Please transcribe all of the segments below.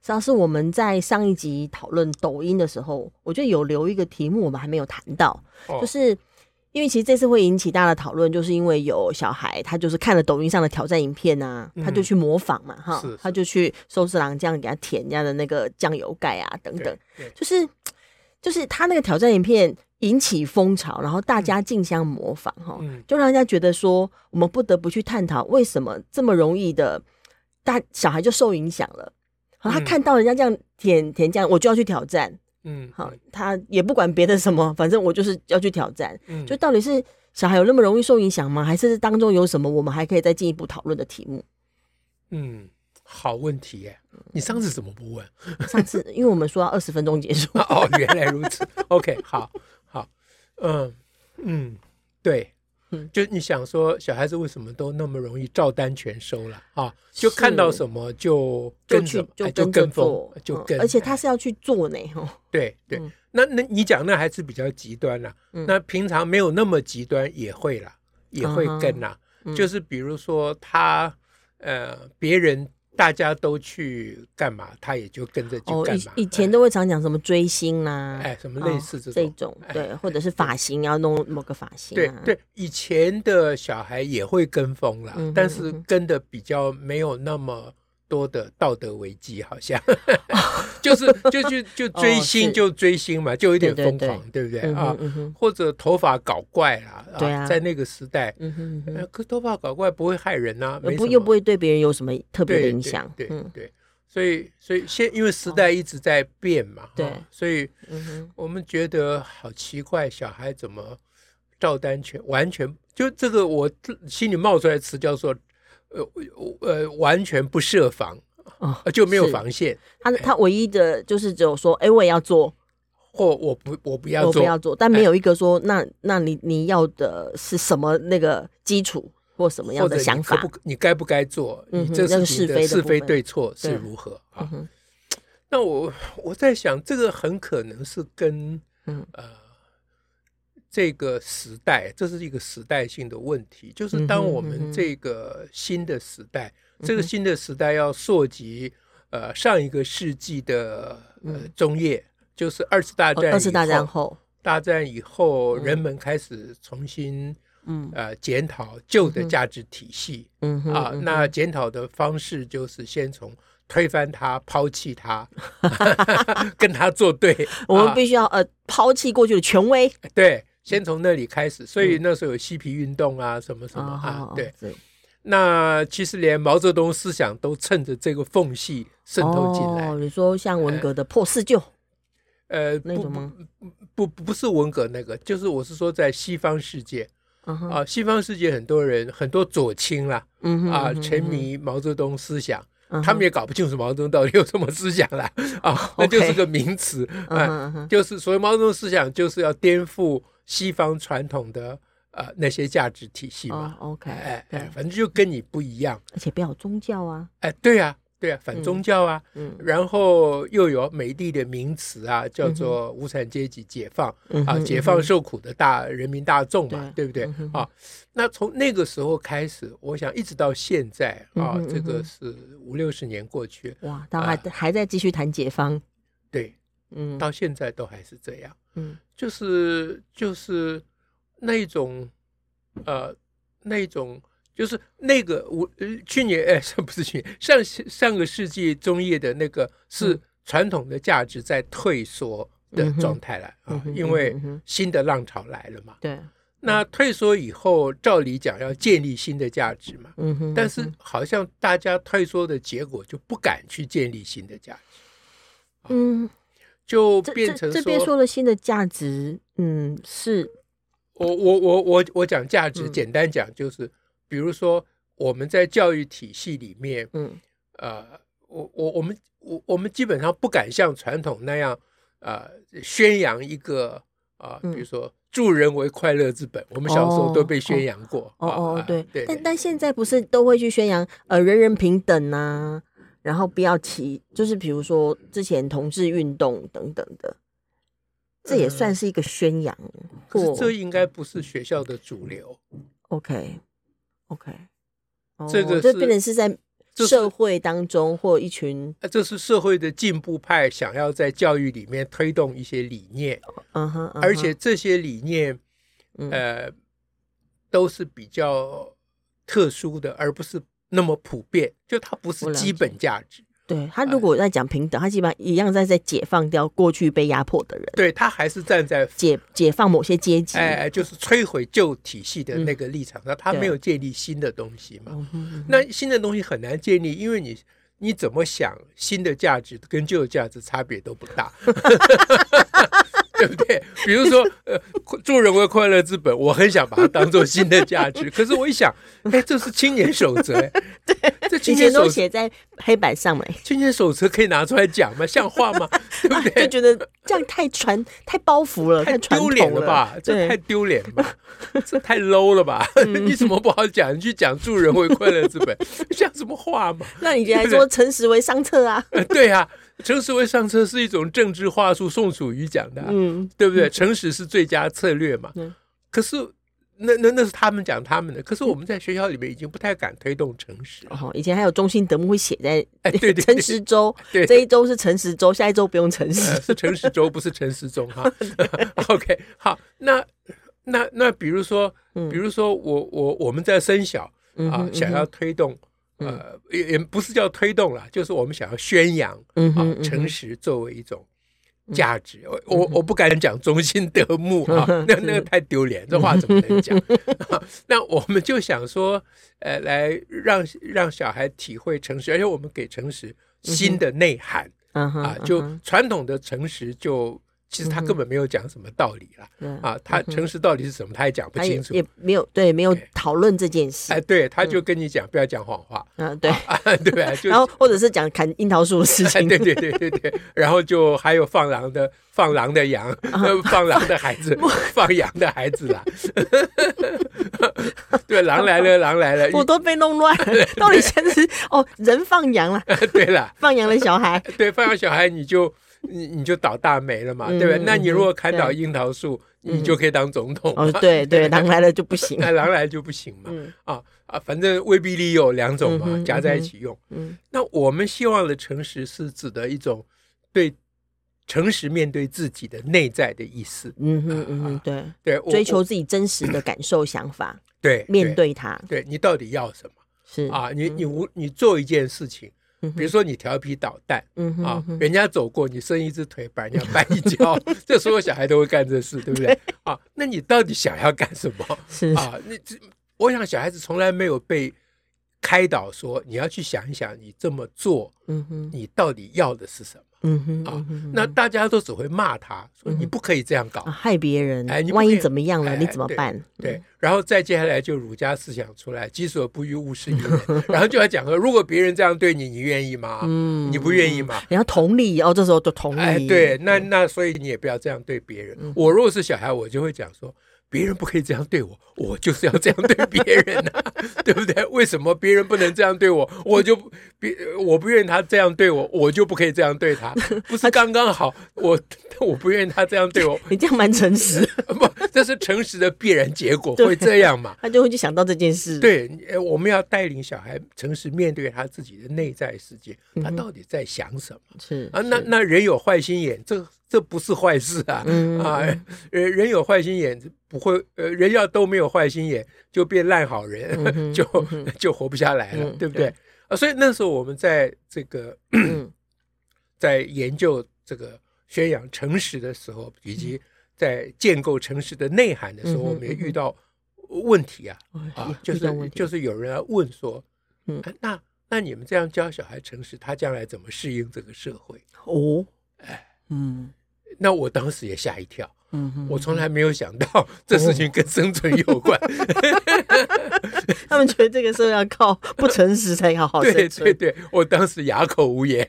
上次我们在上一集讨论抖音的时候，我觉得有留一个题目我们还没有谈到，哦就是因为其实这次会引起大家的讨论，就是因为有小孩他就是看了抖音上的挑战影片啊，他就嗯去模仿嘛，哈是是，他就去寿司郎这样给他舔人家的那个酱油盖啊等等对，对就是就是他那个挑战影片引起风潮，然后大家竞相模仿哈，嗯就让人家觉得说，我们不得不去探讨为什么这么容易的大小孩就受影响了。好，他嗯看到人家这样舔舔这样，我就要去挑战。嗯，好，他也不管别的什么，反正我就是要去挑战。嗯，就到底是小孩有那么容易受影响吗？还是当中有什么我们还可以再进一步讨论的题 目？嗯，好问题耶！嗯你上次怎么不问？上次因为我们说要二十分钟结束，哦，原来如此。OK，好，好，嗯嗯，对嗯，就你想说小孩子为什么都那么容易照单全收了啊？就看是到什么 就就跟什去么，就哎就跟着跟风做，，就嗯跟。而且他哎是要去做呢，哦对对嗯，那那你讲那还是比较极端啦。嗯那平常没有那么极端也会啦，也会跟啦。嗯就是比如说他呃，别人大家都去干嘛，他也就跟着去哦，干嘛。以以前都会常讲什么追星啦、哎，什么哦类似这这种。种哎，对，或者是发型要弄某个发型、对啊，对，以前的小孩也会跟风啦，嗯哼但嗯是哼跟的比较没有那么多的道德危机，好 像就是就去就哦追星是就追星嘛，就有点对疯对狂，对不对嗯啊哼？嗯哼或者头发搞怪啦，对啊在那个时代，嗯哼嗯呃哼，可头发搞怪不会害人呐，哎没又不什又么不会对别人有什么特别的对影响，对对嗯对，所以所以现因为时代一直在变嘛，哈对所以嗯哼，我们觉得好奇怪，小孩怎么照单全完全就这个我心里冒出来的词叫做呃我呃完全不设防，哦，呃就没有是防线，他他唯一的就是只有说，哎、我也要做，或我不我不要我做哎不，要做，但没有一个说，那那你你要的是什么那个基础或什么样或者的你想可法不？可你该不该做，嗯你哼这那个是事情的非的是部非分对错是对如何嗯啊？哼，那我我在想，这个很可能是跟嗯呃这个时代，这是一个时代性的问题，就嗯是哼当我嗯们哼嗯这个新的时代，哼这个新的时代要溯及呃上一个世纪的呃嗯中叶，就是二次大哦战，二次大战，后，大战以后，嗯人们开始重新嗯呃检讨旧的嗯哼价值体系，嗯哼啊嗯，哼那检讨的方式就是先从推翻他、抛 弃他，跟他作对。我们啊哎必须要呃抛弃过去的权威，对，先从那里开始。所以那时候有嬉皮运动啊，什么什么嗯哦啊，对。，是那其实连毛泽东思想都趁着这个缝隙渗透进来哦，。你说像文革的破四旧，呃，那不种吗不不不是文革那个，就是我是说在西方世界嗯哼啊，西方世界很多人很多左倾啦嗯哼啊，嗯哼沉迷毛泽东思想。嗯哼哦他们也搞不清楚毛泽东到底有什么 思想啦，啊，那 OK 就是个名词，嗯哼啊，嗯哼就是所谓毛泽东思想就是要颠覆西方传统的呃那些价值体系哦嘛， ，OK，哎对哎，反正就跟你不一样，而且不要有宗教啊，哎，对啊，对啊，反宗教啊，嗯然后又有美丽的名词啊，叫做无产阶级解放嗯啊，哼解嗯放哼受苦的大人民大众嘛，对对不对嗯哼啊？那从那个时候开始，我想一直到现在啊嗯哼嗯，哼这个是五六十年过去了。哇，他啊还还在继续谈解放，对，嗯到现在都还是这样，嗯就是就是那一种，呃，那一种就是那个我呃去年哎上不是去年上上个世纪中叶的那个是嗯传统的价值在退缩的嗯哼状态了嗯啊，哼因为嗯哼嗯新的浪潮来了嘛。对，那退缩以后，照理讲要建立新的价值嘛，嗯哼，但是好像大家退缩的结果就不敢去建立新的价值，啊嗯，就这变这成这边说了新的价值，嗯，是我我我我我讲价值，嗯简单讲就是，比如说我们在教育体系里面，嗯呃，我我我们我我们基本上不敢像传统那样呃宣扬一个啊、嗯比如说助人为快乐之本，我们小时候都被宣扬过。哦啊哦啊，对，对但但现在不是都会去宣扬呃人人平等呐、然后不要歧，就是比如说之前同志运动等等的，这也算是一个宣扬嗯可或是这应该不是学校的主流，嗯 OK OK，哦这个就是变成是在这是社会当中或一群呃这是社会的进步派想要在教育里面推动一些理念，嗯哼，嗯而哼且这些理念嗯呃都是比较特殊的，而不是那么普遍，就它不我是了基本价值。对他呃如果在讲平等，他基本上一样在在解放掉过去被压迫的人，对，它还是站在解解放某些阶级。哎，哎就是摧毁旧体系的那个立场上，他对没有建立新的东西嘛。嗯哼那新的东西很难建立，因为你你怎么想，新的价值跟旧的价值差别都不 大，对不对？比如说，呃，助人为快乐之本，我很想把它当做新的 价值，可是我一想，哎，这是青年守则，哎这以青年前守都则，写在黑板上面，青年守则可以拿出来讲吗？像话 吗？对不就 对？觉得这样太传太包袱了，太太传丢统脸了吧？这对嗯太丢脸了 吧？这太 low 了吧？你怎么不好讲？你去讲助人为快乐之本， 像什么话嘛？那你还说诚实为上策 啊？呃对啊，诚实为上策是一种政治话术，宋楚瑜讲的啊、嗯，对不对？诚实是最佳策略嘛。嗯可是那那那是他们讲他们的，可是我们在学校里面已经不太敢推动诚实了。哦，以前还有中心德目会写在哎， 对对诚对，实周，对这一周是诚实周，下一周不用诚实呃，。是陈时中，不是陈时中 哈。OK，好，那那那比如说，嗯比如说我我我们在升小嗯啊哼，嗯想要推动，呃，也也不是叫推动啦，就是我们想要宣扬嗯啊哼，嗯诚哼实作为一种。价值，我我我不敢讲忠心德 目啊，那那个太丢脸，这话怎么能讲？嗯 啊那我们就想说，呃，来让让小孩体会诚实，而且我们给诚实新的内涵，嗯哼啊，嗯就哼传统的诚实就。其实他根本没有讲什么道理啦，对啊，他诚实到底是什么，他也讲不嗯他也清楚。也嗯没有对没有对讨论这件事哎，对，他就跟你讲不要讲谎话，啊，对，啊， 对吧？就然后或者是讲砍樱桃树的事哎情，对对对对对，然后就还有放狼的放狼的羊，啊呃 放狼的孩子，放羊的孩子 啦。对，狼来了，狼来了，我都被弄乱了。到底先是哦，人放羊了，对了，放羊的小 孩，对，放养小孩你就你你就倒大霉了嘛，嗯对吧？那你如果嗯砍倒对嗯樱桃树，你就可以当总统。哦， 对对，狼来了就不行那狼来就不行嘛，嗯啊啊，反正威逼利诱两种嘛，嗯哼夹在一起用。嗯那我们希望的诚实是指的一种对诚实面对自己的内在的意思，嗯哼嗯哼，对，对，啊我追求我自己真实的感受、想法，对面对对它对你到底要什么是，啊？你你无你做一件事情，嗯哼比如说你调皮捣蛋。嗯哼啊嗯，哼人家走过，你伸一只腿把人家绊 一跤，这所有小孩都会干这事，对不对？啊，那你到底想要干什么？是，啊，那这我想小孩子从来没有被开导说，你要去想一想，你这么做，嗯哼你到底要的是什么嗯哼啊？嗯哼那大家都只会骂他，说你不可以这样搞，啊害别人哎你，不万可一以怎么样了，哎你怎么办？对。然后再接下来就儒家思想出来，己所不欲，勿施于人。然后就要讲说，如果别人这样对你，你愿意吗？嗯你不愿意嘛？然后同理哦，这时候就同哎，理，对，那那所以你也不要这样对别人。我如果是小孩，我就会讲说，别人不可以这样对我，我就是要这样对别人呐、对不对？为什么别人不能这样对我，我就不别我不愿意他这样对我，我就不可以这样对他？不是刚刚好，我 我不愿意他这样对我，你这样蛮诚实， 不，这是诚实的必然结果， 对会这样嘛？ 他就会去想到这件事，对，呃我们要带领小孩诚实面对他自己的内在世界，他到底在想什么？嗯是啊，那那人有坏心眼，这这不是坏事啊、嗯啊！ 人人有坏心眼，不会呃，人要都没有坏心眼，就变烂好人， 就、就活不下来了，嗯对不对？对啊，所以那时候我们在这个嗯 在研究这个宣扬诚实的时候，以及在建构诚实的内涵的时候，嗯嗯哼我们也遇到问题啊、哎啊，就遇到是问题就是有人来问说，嗯啊那那你们这样教小孩诚实，他将来怎么适应这个社会？哦，嗯那我当时也吓一跳，嗯哦哼，我从来没有想到这事情跟生存 有关。他们觉得这个时候要靠不诚实才好好 对哦生对存。对，我当时哑口无言。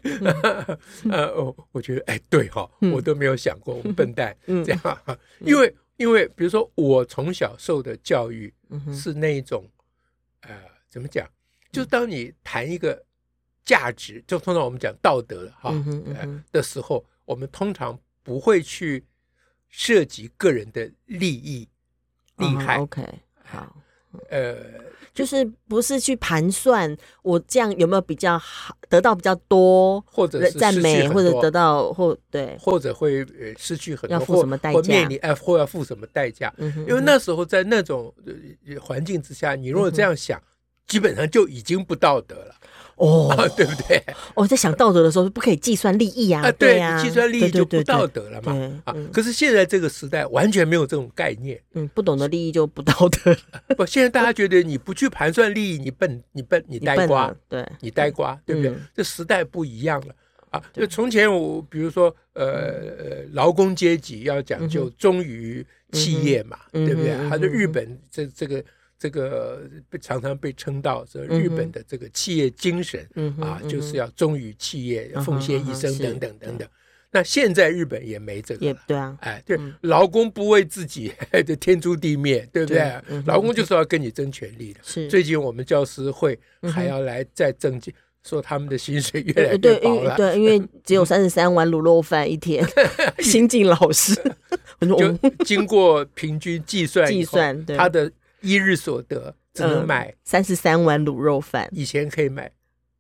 呃，哦，我觉得哎，对哈、嗯我都没有想过，我笨蛋、嗯 这样，啊因为因为比如说我从小受的教育嗯哼，是那一种，呃，怎么讲？就当你谈一个价值，就通常我们讲道德了哈、嗯哼嗯呃哼的时候，我们通常不会去涉及个人的利益、利害，哎啊 OK，好，呃。就是不是去盘算我这样有没有比较好，得到比较多或者是赞失去美，很或者多得到或对，或者会呃失去很多，要付或什么代或价面临哎，或要付什么代价？嗯哼，因为那时候在那种呃环境之下，你如果这样嗯想，基本上就已经不道德了，哦， 对不对？我在想道德的时候是不可以计算利益啊，啊，对对，啊，计算利益对就对对不道对，德了嘛。对啊嗯，可是现在这个时代完全没有这种概念，嗯，不懂得利益就不道 德，不，现在大家觉得你不去盘算利益，你笨，你笨，你你呆笨了，，瓜啊对，你呆瓜，对不对嗯？这时代不一样了。啊，就从前我比如说，呃，呃劳工阶级要讲究忠于企业嘛，嗯嗯哼对不对嗯？哼还是嗯哼日本这这个这个被常常被称道是哼日本的这个企业精神、嗯哼啊，嗯就是要忠于企业、嗯哼奉献一嗯生哼等是等等等。那现在日本也没这个也了。对啊，哎，对，劳工不为自己， 就天诛地灭，对不对对嗯？哼劳工就是要跟你争权利的。是嗯最近我们教师会还要来再增进，说他们的薪水越来呃越对，因薄为了。对，因为 只有三十三碗卤肉饭一天，新进老师， 我说哦就 经过平均计算以计后，算对嗯他的一日所得只能买三十三碗卤肉饭。以前可以买，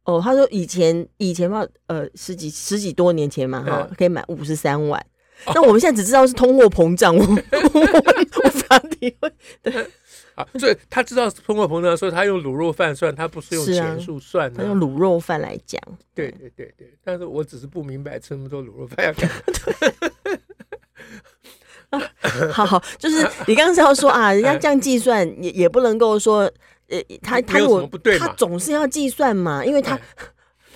哦，他说以前以前嘛，呃，十几十几多年前嘛，哈、嗯哦可以买五十三碗。那我们现在只知道是通货膨胀，我我我我反正体会，啊，所以他知道通货膨胀，所以他用卤肉饭算，他不是用是啊钱数算他的、用卤肉饭来讲，对对对对，但是我只是不明白吃那么多卤肉饭要干嘛。好好，就是你刚刚是要说啊，人家这样计算也也不能够说，呃，他他没有如什么果不对嘛哎他总是要计算嘛，因为他、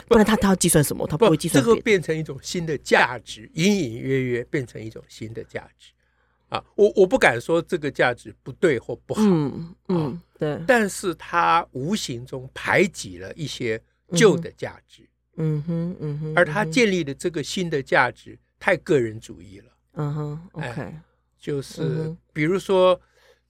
不然他他要计算什么？他不不，会计这算别个的。变成一种新的价值，隐隐约约变成一种新的价值。啊，我我不敢说这个价值不对或不好，嗯哦嗯，对，但是它无形中排挤了一些旧的价值，嗯哼嗯哼，嗯而他哼建立的这个新的价值太个人主义了，嗯哼哎 OK，嗯就是哼比如说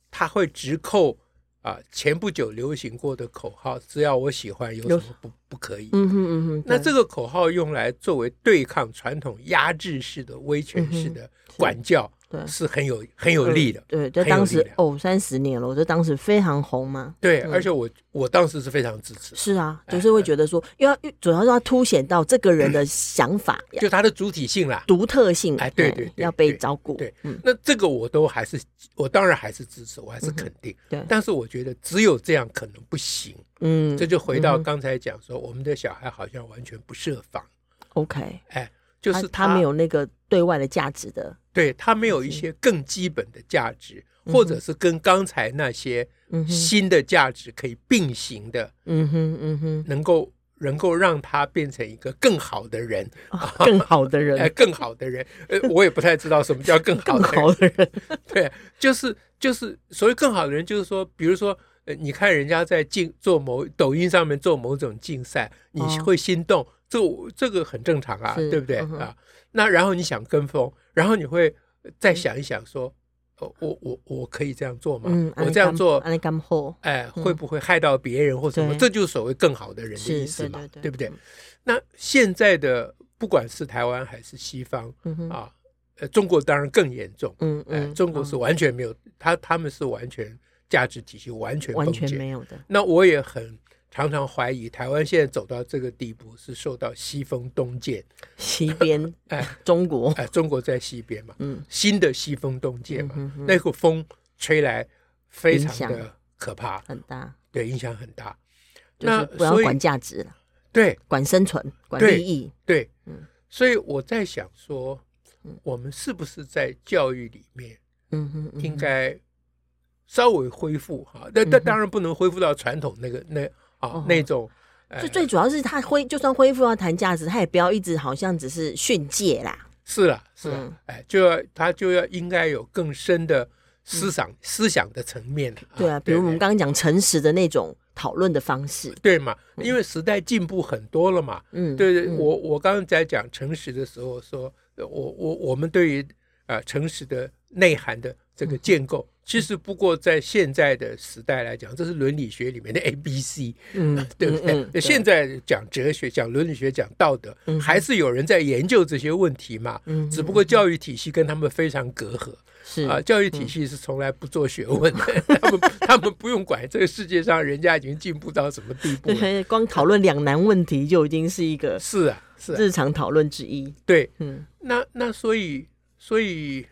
他会直扣。啊，前不久流行过的口号，只要我喜欢，有有什么不不可以？嗯哼嗯哼，那对这个口号用来作为对抗传统压制式的威权式嗯的管教，对是很有很有嗯利的。对，在很有当力时量哦，三十年了，我在当时非常红嘛。对，而且我我当时是非常支持，嗯是啊，哎就是会觉得说，因为要主要是要凸显到这个人 的想法、就它的主体性啦。独特性，哎对哎对对要被对照顾。对嗯，那这个我都还是，我当然还是支持，我还是肯定。对但是我觉得只有这样可能不行，嗯，这就回到刚才讲说，我们的小孩好像完全不设防， OK，哎，就是啊他他没有嗯那个对外的价值的，对他没有一些更基本的价值，或者是跟刚才那些嗯哼，新的价值可以并行的，嗯哼，嗯哼，能够能够让他变成一个更好的人，啊更好的哎，人，更好的人，呃，我也不太知道什么叫更好更的人好，的人，对，就是就是所谓更好的人，就是说，比如说，呃，你看人家在竞做某抖音上面做某种竞赛，你哦会心动，这我这个很正常啊，是对不对、嗯哼啊？那然后你想跟风，然后你会再想一想说，哦，我我我可以这样做吗？嗯，我这样做，安利干货，哎，会不会害到别人或什么？嗯对这就是所谓更好的人的是意思嘛，对对对嗯不对？那现在的不管是台湾还是西方嗯哼，啊，呃，中国当然更严重，嗯哎，嗯，中国是完全没有，他他们是完全价值体系完全完崩全解。没 有的，那我也很常常怀疑，台湾现在走到这个地步是受到西风 东渐，西边哎中国，哎，中国在西边嘛，嗯，新的西风东渐嘛，嗯哼哼那股风吹来非影常响的可怕，很大，对，影响很大。就是不要所以管价值了，对管生存，管对利益，对，嗯所以我在想说，我们是不是在教育里面嗯哼，嗯应哼该稍微恢复哈？那、那当然不能恢复到传统那个那啊、哦那种，呃最最主要是他恢，就算恢复要谈价值，他也不要一直好像只是训诫啦，是啦，是啦，嗯哎，就要他就要应该有更深的思想、思想的层面了啊嗯对啊，比如我们刚刚讲诚实的那种讨论的方式，对嘛，因为时代进步很多了嘛。嗯，对对，嗯我我刚刚在讲诚实的时候说，呃我我我们对于啊诚实的内涵的这嗯个建构，其实不过在现在的时代来讲，这是伦理学里面的 A B C，嗯， 对不对？嗯嗯对现在讲哲学、讲伦理学、讲道德，嗯还是有人在研究这些问题嘛。嗯只不过教育体系跟他们非常隔阂。是嗯啊，教育体系是从来不做学问的，他们他们不用管这个世界上人家已经进步到什么地步了。 对，光讨论两难问题就已经是一个 是啊，是啊，日常讨论之一。对。嗯那那所以所以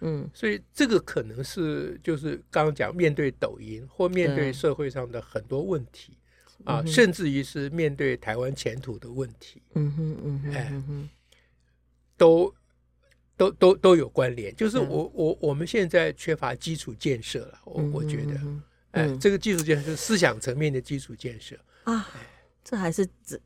嗯所以这个可能是就是刚刚讲面对抖音或面对对社会上的很多问题啊，嗯哼甚至于是面对台湾前途的问题，嗯哼嗯哼哎嗯哼，都都都都有关联。就是嗯我我我们现在缺乏基础建设了，我我觉得嗯，哼哎嗯，这个基础建设是思想层面的基础建设。啊，这还是只。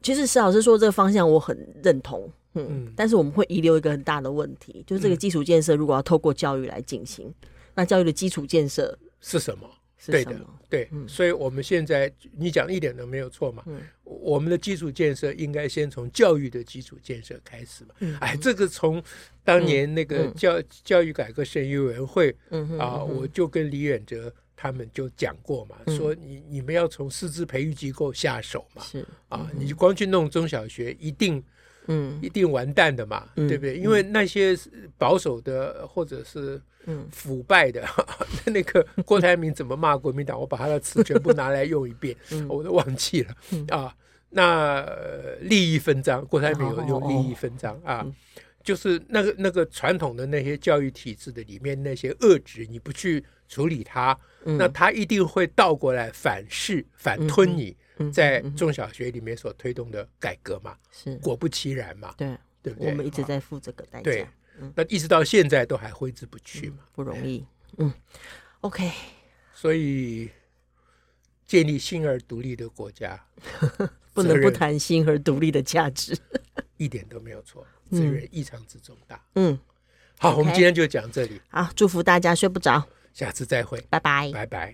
其实石老师说这个方向我很认同，嗯，嗯但是我们会遗留一个很大的问题，就是这个嗯基础建设如果要透过教育来进行，那教育的基础建设是什么？是对什的么？，对，嗯所以我们现在你讲一点都没有错嘛。嗯我我们的基础建设应该先从教育的基础建设开始嘛。嗯哎，这个从当年那个嗯嗯教、教育改革审议委员会嗯哼啊，嗯哼我就跟李远哲他们就讲过嘛，嗯说你你们要从师资培育机构下手嘛。是啊，你光去弄中小学，一定嗯一定完蛋的嘛，嗯对不对？因为那些保守的或者是嗯腐败的， 那个郭台铭怎么骂国民党，我把他的词全部拿来用 一遍，嗯我都忘记了、啊。那呃利益分赃，郭台铭有哦嗯有利益分赃、啊。就是那个那个传统的那些教育体制的里面那些恶质，你不去处理它，嗯那它一定会倒过来反噬、反吞你嗯在中小学里面所推动的改革嘛。是，果不其然嘛，对，对不对？我们一直啊在付这个代对价，，那一直到现在都还挥之不去嘛。不容易。嗯，OK，，所以，建立新而独立的国家 不能不责任谈心而独立的价值。一点都没有错，责任异常之重大。嗯，好，我们 OK 今天就讲这里，好，祝福大家睡不着，下次再会，拜拜。拜拜。